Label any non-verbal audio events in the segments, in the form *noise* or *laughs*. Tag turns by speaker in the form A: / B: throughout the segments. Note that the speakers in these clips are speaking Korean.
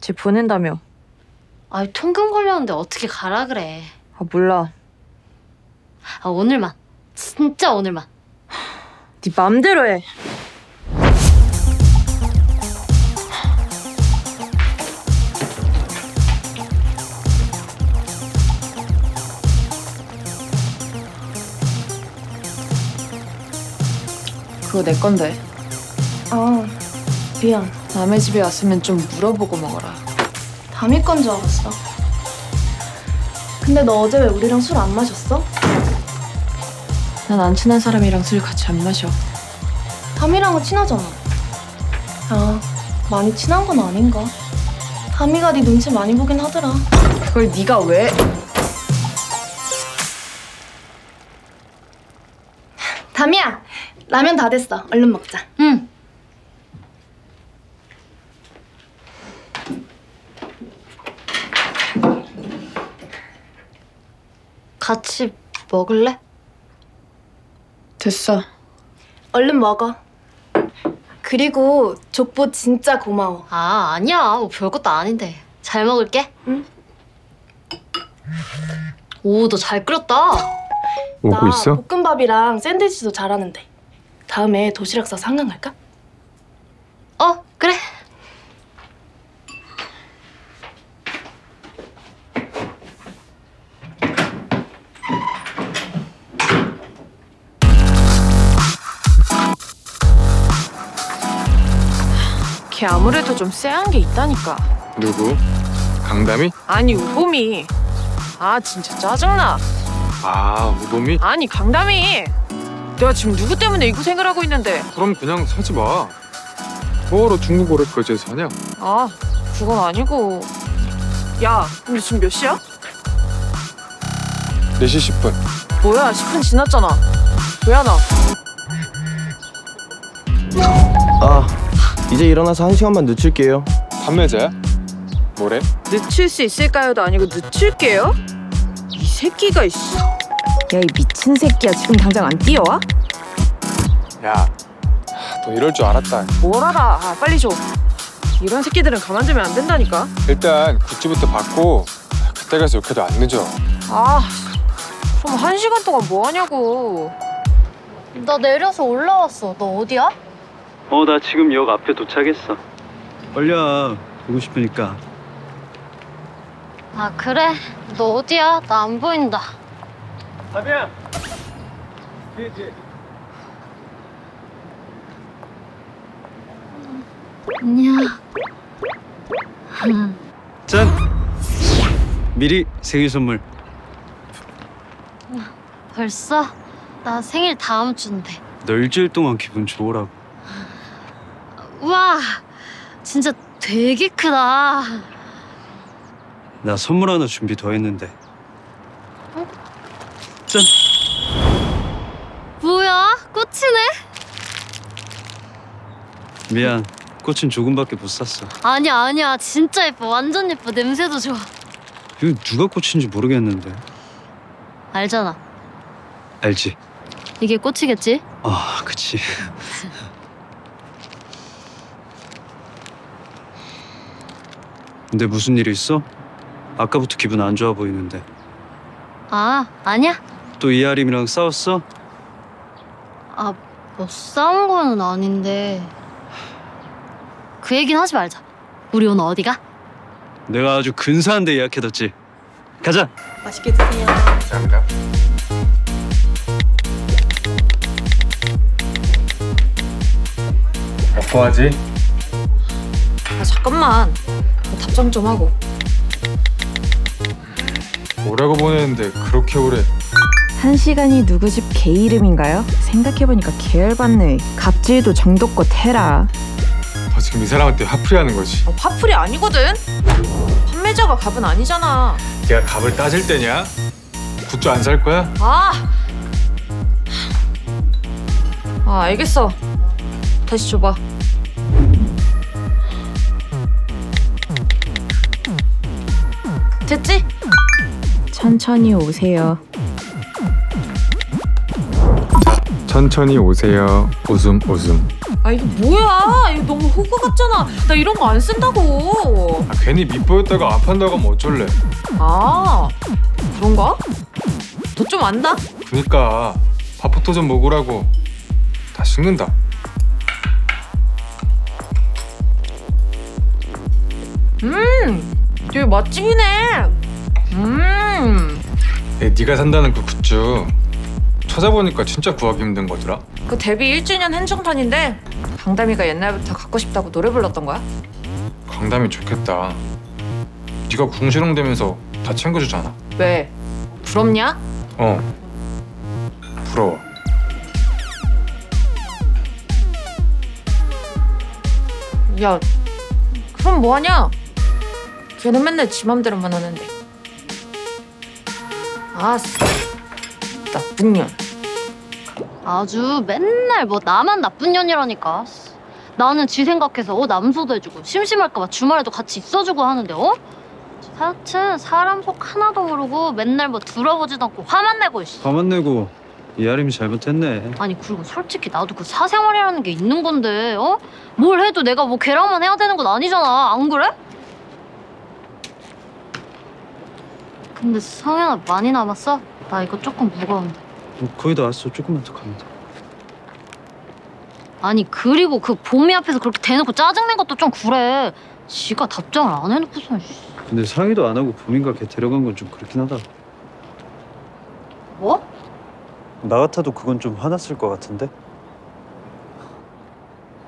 A: 어디 보낸다며.
B: 아, 통금 걸렸는데 어떻게 가라 그래.
A: 아 몰라.
B: 아, 오늘만. 진짜 오늘만.
A: 네 맘대로 해.
C: 그거 내 건데.
D: 아, 미안.
C: 남의 집에 왔으면 좀 물어보고 먹어라.
D: 담일 건 줄 알았어. 근데 너 어제 왜 우리랑 술 안 마셨어?
C: 난 안 친한 사람이랑 술 같이 안 마셔.
D: 담이랑은 친하잖아. 아, 많이 친한 건 아닌가? 담이가 네 눈치 많이 보긴 하더라.
C: 그걸 네가 왜?
D: 담이야, 라면 다 됐어. 얼른 먹자.
B: 응. 같이 먹을래?
C: 됐어.
D: 얼른 먹어. 그리고 족보 진짜 고마워.
B: 아, 아니야. 뭐 별것도 아닌데. 잘 먹을게.
D: 응.
B: 오, 너 잘 끓였다.
E: 오고
D: 나
E: 있어?
D: 볶음밥이랑 샌드위치도 잘하는데. 다음에 도시락 싸서 한강 갈까?
B: 어, 그래.
F: 걔 아무래도 좀 쎄한 게 있다니까.
E: 누구? 강담이?
F: 아니 우범이. 아 진짜 짜증나.
E: 아 우범이?
F: 아니 강담이. 내가 지금 누구 때문에 이거 생각을 하고 있는데.
E: 그럼 그냥 사지 마 뭐하러 중국어를 거제 사냐?
F: 아 그건 아니고. 야 근데 지금 몇 시야?
E: 4시 10분
F: 뭐야 10분 지났잖아. 왜 안 와?
G: 아 이제 일어나서 한 시간만 늦출게요
E: 판매자야? 뭐래?
F: 늦출 수 있을까요도 아니고 늦출게요. 이 새끼가 있어. 야이 미친 새끼야 지금 당장 안 뛰어와?
E: 야너 이럴 줄 알았다
F: 뭘 알아? 아, 빨리 줘. 이런 새끼들은 가만두면 안 된다니까.
E: 일단 굿즈부터 받고 그때 가서 욕해도 안 늦어
F: 아 그럼 한 시간 동안 뭐 하냐고.
B: 나 내려서 올라왔어. 너 어디야?
H: 어, 나 지금 역 앞에 도착했어.
G: 얼려 보고 싶으니까
B: 아, 그래. 너 어디야? 나 안 보인다.
H: 다비야! 뒤에, 뒤에.
B: 안녕.
H: 짠! 미리 생일 선물.
B: 벌써? 나 생일 다음 주인데.
H: 너 일주일 동안 기분 좋으라고.
B: 우와, 진짜 되게 크다.
H: 나 선물 하나 준비 더 했는데. 짠!
B: 뭐야? 꽃이네?
H: 미안. 꽃은 조금밖에 못 샀어.
B: 아니야, 아니야. 진짜 예뻐. 완전 예뻐. 냄새도 좋아.
H: 이거 누가 꽃인지 모르겠는데.
B: 알잖아.
H: 알지?
B: 이게 꽃이겠지?
H: 아, 그치. 근데 무슨 일 있어? 아까부터 기분 안 좋아 보이는데.
B: 아, 아니야?
H: 또 이하림이랑 싸웠어?
B: 아, 뭐 싸운 거는 아닌데. 그 얘긴 하지 말자. 우리 오늘 어디가?
H: 내가 아주 근사한 데 예약해뒀지. 가자.
D: 맛있게 드세요.
E: 감사합니다 먹고 하지?
C: 아 잠깐만. 답장 좀 하고.
E: 뭐라고 보내는데 그렇게 오래
I: 한 시간이 누구 집 개 이름인가요? 생각해보니까 계열받네. 갑질도 정도껏 해라.
E: 너 지금 이 사람한테 화풀이하는 거지
F: 아, 화풀이 아니거든. 판매자가 갑은 아니잖아.
E: 내가 값을 따질 때냐? 굿즈 안 살 거야?
F: 아! 아, 알겠어. 다시 줘봐. 됐지?
I: 천천히 오세요.
E: 천천히 오세요. 웃음 웃음.
C: 아 이거 뭐야? 이거 너무 호구 같잖아. 나 이런 거 안 쓴다고.
E: 아, 괜히 밑보였다가 안 판다고 하면 어쩔래?
C: 아 그런가? 너 좀 안다?
E: 그니까 그러니까 밥부터 좀 먹으라고. 다 식는다.
C: 되게 맛집이네. 음.
E: 에, 네가 산다는 그 굿즈 찾아보니까 진짜 구하기 힘든 거더라.
C: 그 데뷔 1주년 한정판인데 강다미가 옛날부터 갖고 싶다고 노래 불렀던 거야?
E: 강담이 좋겠다. 네가 궁시렁대면서 다 챙겨주잖아.
C: 왜? 부럽냐?
E: 어. 부러워.
C: 야 그럼 뭐하냐? 걔는 맨날 지 맘대로만 하는데. 아싸 나쁜 년.
B: 아주 맨날 뭐 나만 나쁜 년이라니까. 나는 지 생각해서 어 남소도 해주고 심심할까봐 주말에도 같이 있어주고 하는데 어? 하여튼 사람 속 하나도 모르고 맨날 뭐 들어보지도 않고 화만 내고 씨.
H: 화만 내고 이하림이 잘못했네.
B: 아니 그리고 솔직히 나도 그 사생활이라는 게 있는 건데 어? 뭘 해도 내가 뭐 걔랑만 해야 되는 건 아니잖아 안 그래? 근데 성현아 많이 남았어? 나 이거 조금 무거운데
H: 뭐 거의 다 왔어. 조금만 더 가면 돼.
B: 아니 그리고 그 봄이 앞에서 그렇게 대놓고 짜증낸 것도 좀 그래 지가 답장을 안 해놓고선 씨.
H: 근데 상의도 안 하고 보민과 걔 데려간 건 좀 그렇긴 하다.
B: 뭐?
H: 나 같아도 그건 좀 화났을 것 같은데.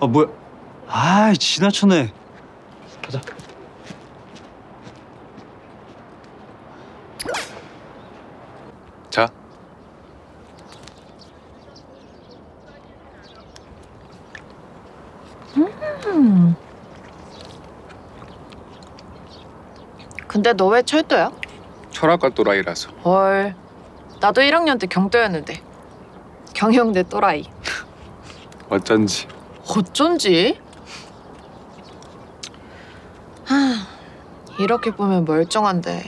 H: 아 뭐야? 아이 지나쳤네. 가자.
E: 자.
F: 근데 너 왜 철도야?
E: 철학과 또라이라서.
F: 헐. 나도 1학년 때 경도였는데. 경영대 또라이.
E: 어쩐지.
F: 어쩐지. 하, 이렇게 보면 멀쩡한데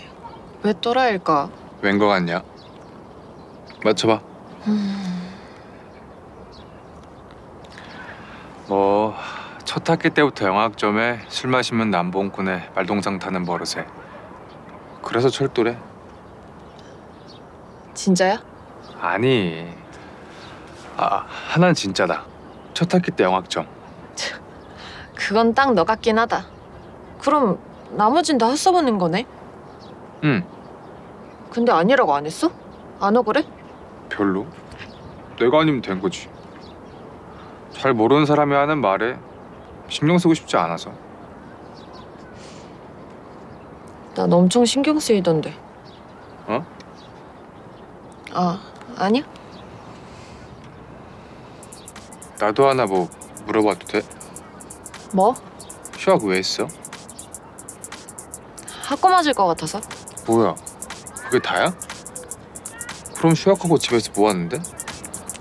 F: 왜 또라이일까?
E: 왠 거 같냐? 맞춰봐. 음. 뭐, 첫 학기 때부터 영학점에 술 마시면 남봉꾼에 말동상 타는 버릇에. 그래서 철도래?
F: 진짜야?
E: 아니. 아, 하나는 진짜다. 첫 학기 때 영학점.
F: 그건 딱 너 같긴 하다. 그럼 나머진 다 헛써보는 거네?
E: 응,
F: 근데 아니라고 안 했어? 안 억울해?
E: 별로. 내가 아니면 된 거지. 잘 모르는 사람이 하는 말에 신경 쓰고 싶지 않아서.
F: 난 엄청 신경 쓰이던데.
E: 어?
F: 아, 아니야.
E: 나도 하나 뭐 물어봐도 돼?
F: 뭐?
E: 휴학 왜 했어?
F: 학고 맞을 것 같아서?
E: 뭐야? 그게 다야? 그럼 휴학하고 집에서 뭐 하는데?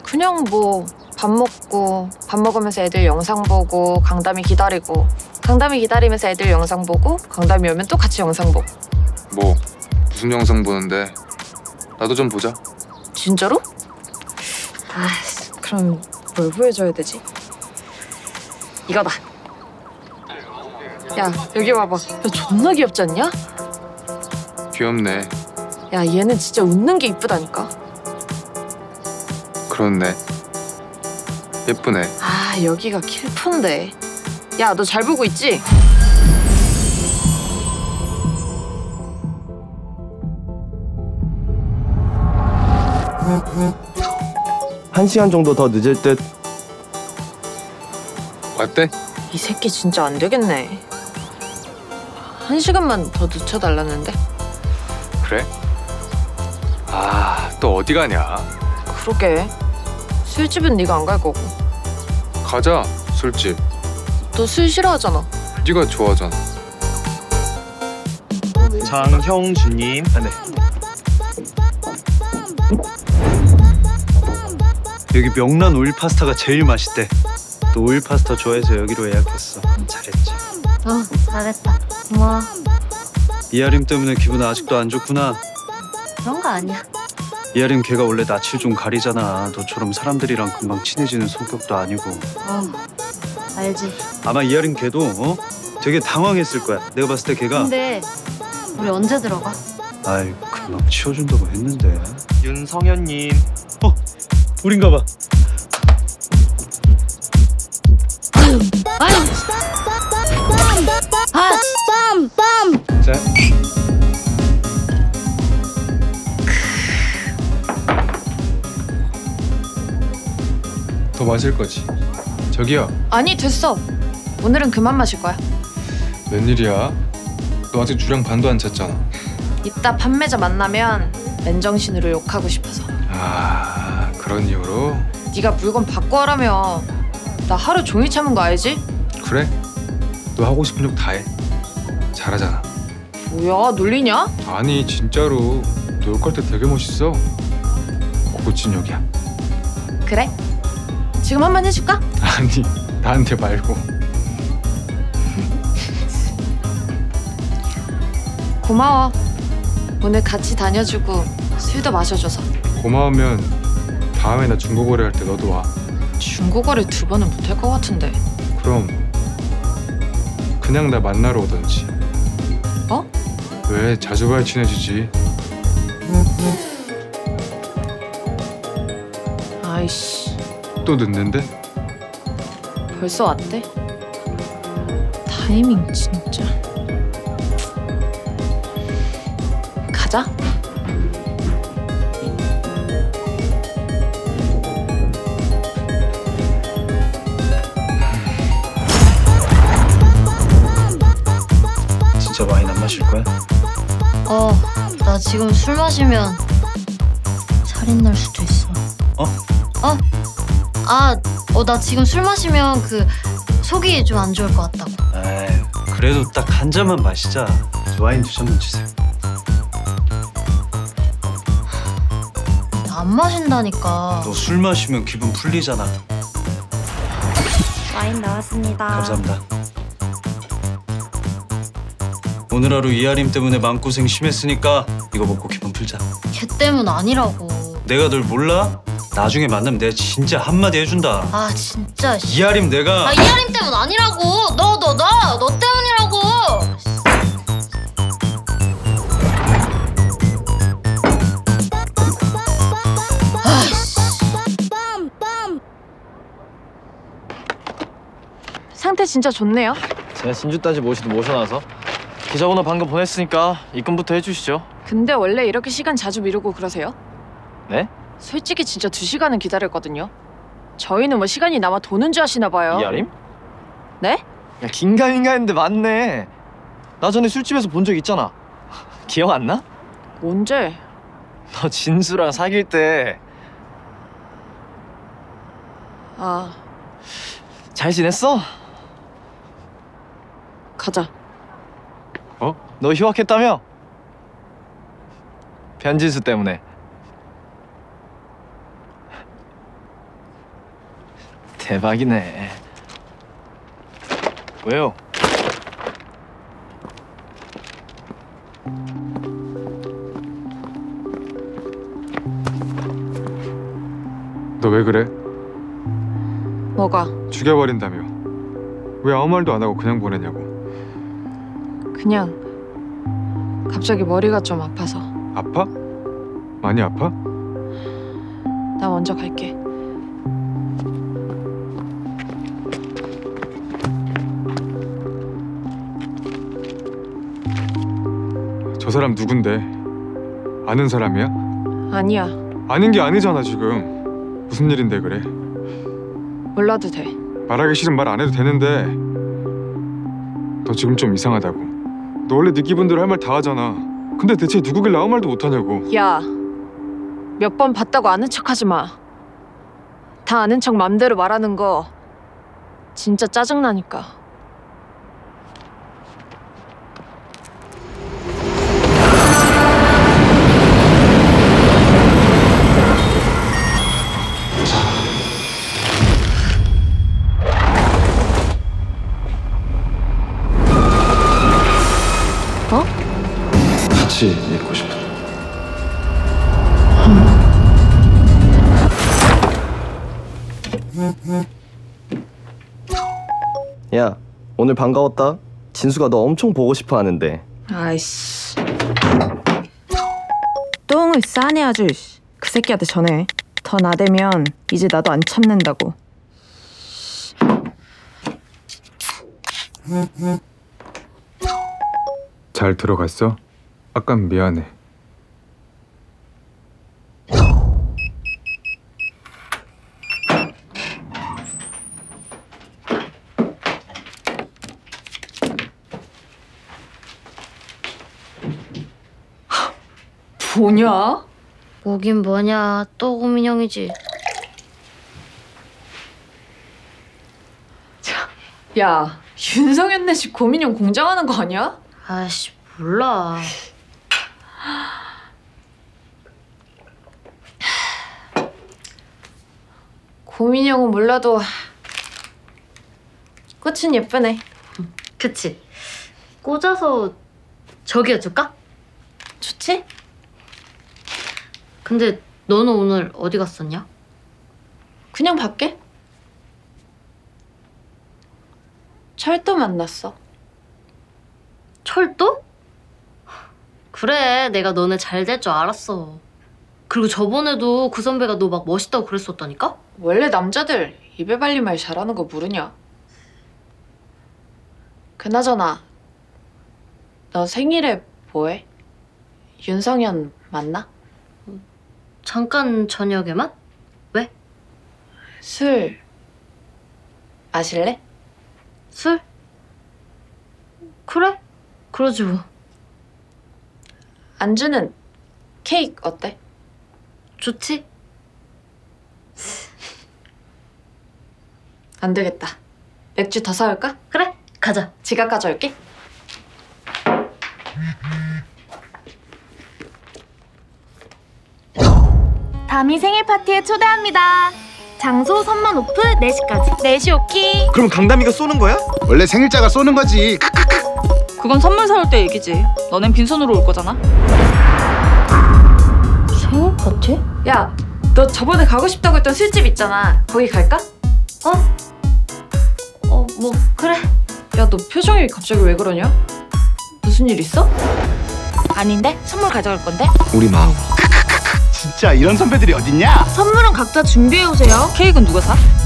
F: 그냥 뭐 밥 먹고 밥 먹으면서 애들 영상 보고 강담이 기다리고 강담이 기다리면서 애들 영상 보고 강담이 오면 또 같이 영상 보고
E: 뭐 무슨 영상 보는데? 나도 좀 보자.
F: 진짜로? 아이씨, 그럼 뭘 보여줘야 되지? 이거다. 야 여기 와봐. 야 존나 귀엽지 않냐?
E: 귀엽네.
F: 야 얘는 진짜 웃는 게 이쁘다니까.
E: 그렇네. 예쁘네.
F: 아 여기가 킬폰데. 야 너 잘 보고 있지?
G: 한 시간 정도 더 늦을 듯
E: 어때?
F: 이 새끼 진짜 안 되겠네. 한 시간만 더 늦춰달라는데?
E: 그래? 아 또 어디 가냐?
F: 그러게. 술집은 네가 안 갈 거고.
E: 가자 술집.
F: 너 술 싫어하잖아.
E: 네가 좋아하잖아.
J: 장형준님 아, 네.
H: 여기 명란 오일 파스타가 제일 맛있대. 또 오일 파스타 좋아해서 여기로 예약했어. 잘했지.
B: 어 잘했다 고마워
H: 이하림 때문에 기분 아직도 안 좋구나.
B: 그런 거 아니야
H: 이하린 걔가 원래 낯을 좀 가리잖아. 너처럼 사람들이랑 금방 친해지는 성격도 아니고.
B: 어, 알지.
H: 아마 이하린 걔도 어? 되게 당황했을 거야. 내가 봤을 때 걔가
D: 네.
B: 근데 우리 언제 들어가?
H: 아이 금방 치워준다고 했는데.
J: 윤성현님
H: 우린가 봐.
B: 아유. 아,
H: 자.
E: 더 마실 거지? 저기요.
F: 아니 됐어. 오늘은 그만 마실 거야.
E: 웬일이야? 너 아직 주량 반도 안 찼잖아.
F: 이따 판매자 만나면 맨정신으로 욕하고 싶어서.
E: 아 그런 이유로?
F: 네가 물건 바꿔라며. 나 하루 종일 참은 거 알지?
E: 그래? 너 하고 싶은 욕 다 해. 잘하잖아.
F: 뭐야 놀리냐?
E: 아니 진짜로 너 욕할 때 되게 멋있어. 고고친 욕이야. *laughs*
F: 그래. 지금 한 번 해줄까?
E: 아니 나한테 말고.
F: 고마워. 오늘 같이 다녀주고 술도 마셔줘서.
E: 고마우면 다음에 나 중고거래 할 때 너도 와.
F: 중고거래 두 번은 못할 것 같은데.
E: 그럼 그냥 나 만나러 오던지.
F: 어?
E: 왜 자주 봐야 친해지지?
F: 아이씨
E: 또 늦는데?
F: 벌써 왔대? 타이밍 진짜. 가자.
H: 진짜 와인 안 마실 거야?
B: 어, 나 지금 술 마시면 살인 날 수도 있어.
H: 어?
B: 어? 아, 어, 나 지금 술 마시면 그 속이 좀 안 좋을 것 같다고.
H: 에이, 그래도 딱 한 잔만 마시자. 와인 두 잔만 주세요.
B: 근데 안 마신다니까.
H: 너 술 마시면 기분 풀리잖아.
D: 와인 나왔습니다.
H: 감사합니다. 오늘 하루 이하림 때문에 마음고생 심했으니까 이거 먹고 기분 풀자.
B: 걔 때문 아니라고.
H: 내가 널 몰라? 나중에 만나면 내가 진짜 한마디 해준다.
B: 아, 진짜. 씨.
H: 이하림 내가
B: 아, 이하림 때문 아니라고. 너, 너, 너, 너 때문이라고. 아,
F: 상태 진짜 좋네요.
J: 제가 진주 따지 모시도 모셔놔서 계좌번호 방금 보냈으니까 입금부터 해주시죠
F: 근데 원래 이렇게 시간 자주 미루고 그러세요?
J: 네?
F: 솔직히 진짜 두 시간은 기다렸거든요. 저희는 뭐 시간이 남아 도는 줄 아시나 봐요.
J: 이아림?
F: 네?
J: 야 긴가민가 했는데 맞네 나 전에 술집에서 본 적 있잖아 *laughs* 기억 안 나?
F: 언제?
J: 너 진수랑 사귈 때 잘
F: 아
J: 지냈어?
F: 가자.
J: 어? 너 휴학했다며? 변진수 때문에 대박이네 왜요?
E: 너 왜 그래?
F: 뭐가?
E: 죽여버린다며. 왜 아무 말도 안 하고 그냥 보내냐고.
F: 그냥 갑자기 머리가 좀 아파서
E: 아파? 많이 아파?
F: 나 먼저 갈게.
E: 저 사람 누군데? 아는 사람이야?
F: 아니야
E: 아는 게 아니잖아 지금 무슨 일인데 그래
F: 몰라도 돼.
E: 말하기 싫은 말 안 해도 되는데 너 지금 좀 이상하다고 너 원래 네 기분대로 할 말 다 하잖아 근데 대체 누구길래 아무 말도 못하냐고
F: 야 몇 번 봤다고 아는 척하지 마. 다 아는 척 맘대로 말하는 거 진짜 짜증 나니까.
G: 같이 있고 싶어. 야 오늘 반가웠다 진수가 너 엄청 보고 싶어 하는데
I: 아이씨. 똥을 싸네 아주. 씨. 그 새끼한테 전해. 더 나대면 이제 나도 안 참는다고.
E: 잘 들어갔어? 아깐 미안해.
F: 뭐냐?
B: 뭐긴 뭐냐 또 고민형이지
F: 야, 윤성현네 집 고민형 공장하는 거 아니야?
B: 아씨 몰라
F: 고민형은 몰라도 꽃은 예쁘네.
B: 그치 꽂아서 저기요 줄까?
F: 좋지?
B: 근데 너는 오늘 어디 갔었냐?
F: 그냥 밖에? 철도 만났어.
B: 철도? 그래 내가 너네 잘 될 줄 알았어 그리고 저번에도 그 선배가 너 막 멋있다고 그랬었다니까?
F: 원래 남자들 입에 발린 말 잘하는 거 모르냐? 그나저나 너 생일에 뭐해? 윤성현 만나?
B: 잠깐 저녁에만?
F: 술 마실래?
B: 술? 그래? 그러지 뭐
F: 안주는 케이크 어때?
B: 좋지?
F: 안 되겠다. 맥주 더 사올까?
B: 그래 가자
F: 지갑 가져올게.
K: 다미 생일 파티에 초대합니다. 장소 선만 오프 4시까지. 4시 오키.
L: 그럼 강담이가 쏘는 거야? 원래 생일자가 쏘는 거지.
M: 그건 선물 사올 때 얘기지. 너넨 빈손으로 올 거잖아.
B: 생일 파티?
F: 야, 너 저번에 가고 싶다고 했던 술집 있잖아. 거기 갈까?
B: 어? 어, 뭐 그래.
F: 야, 너 표정이 갑자기 왜 그러냐? 무슨 일 있어?
M: 아닌데? 선물 가져갈 건데?
L: 우리 마음. 진짜 이런 선배들이 어딨냐?
K: 선물은 각자 준비해 오세요.
M: 케이크는 누가 사?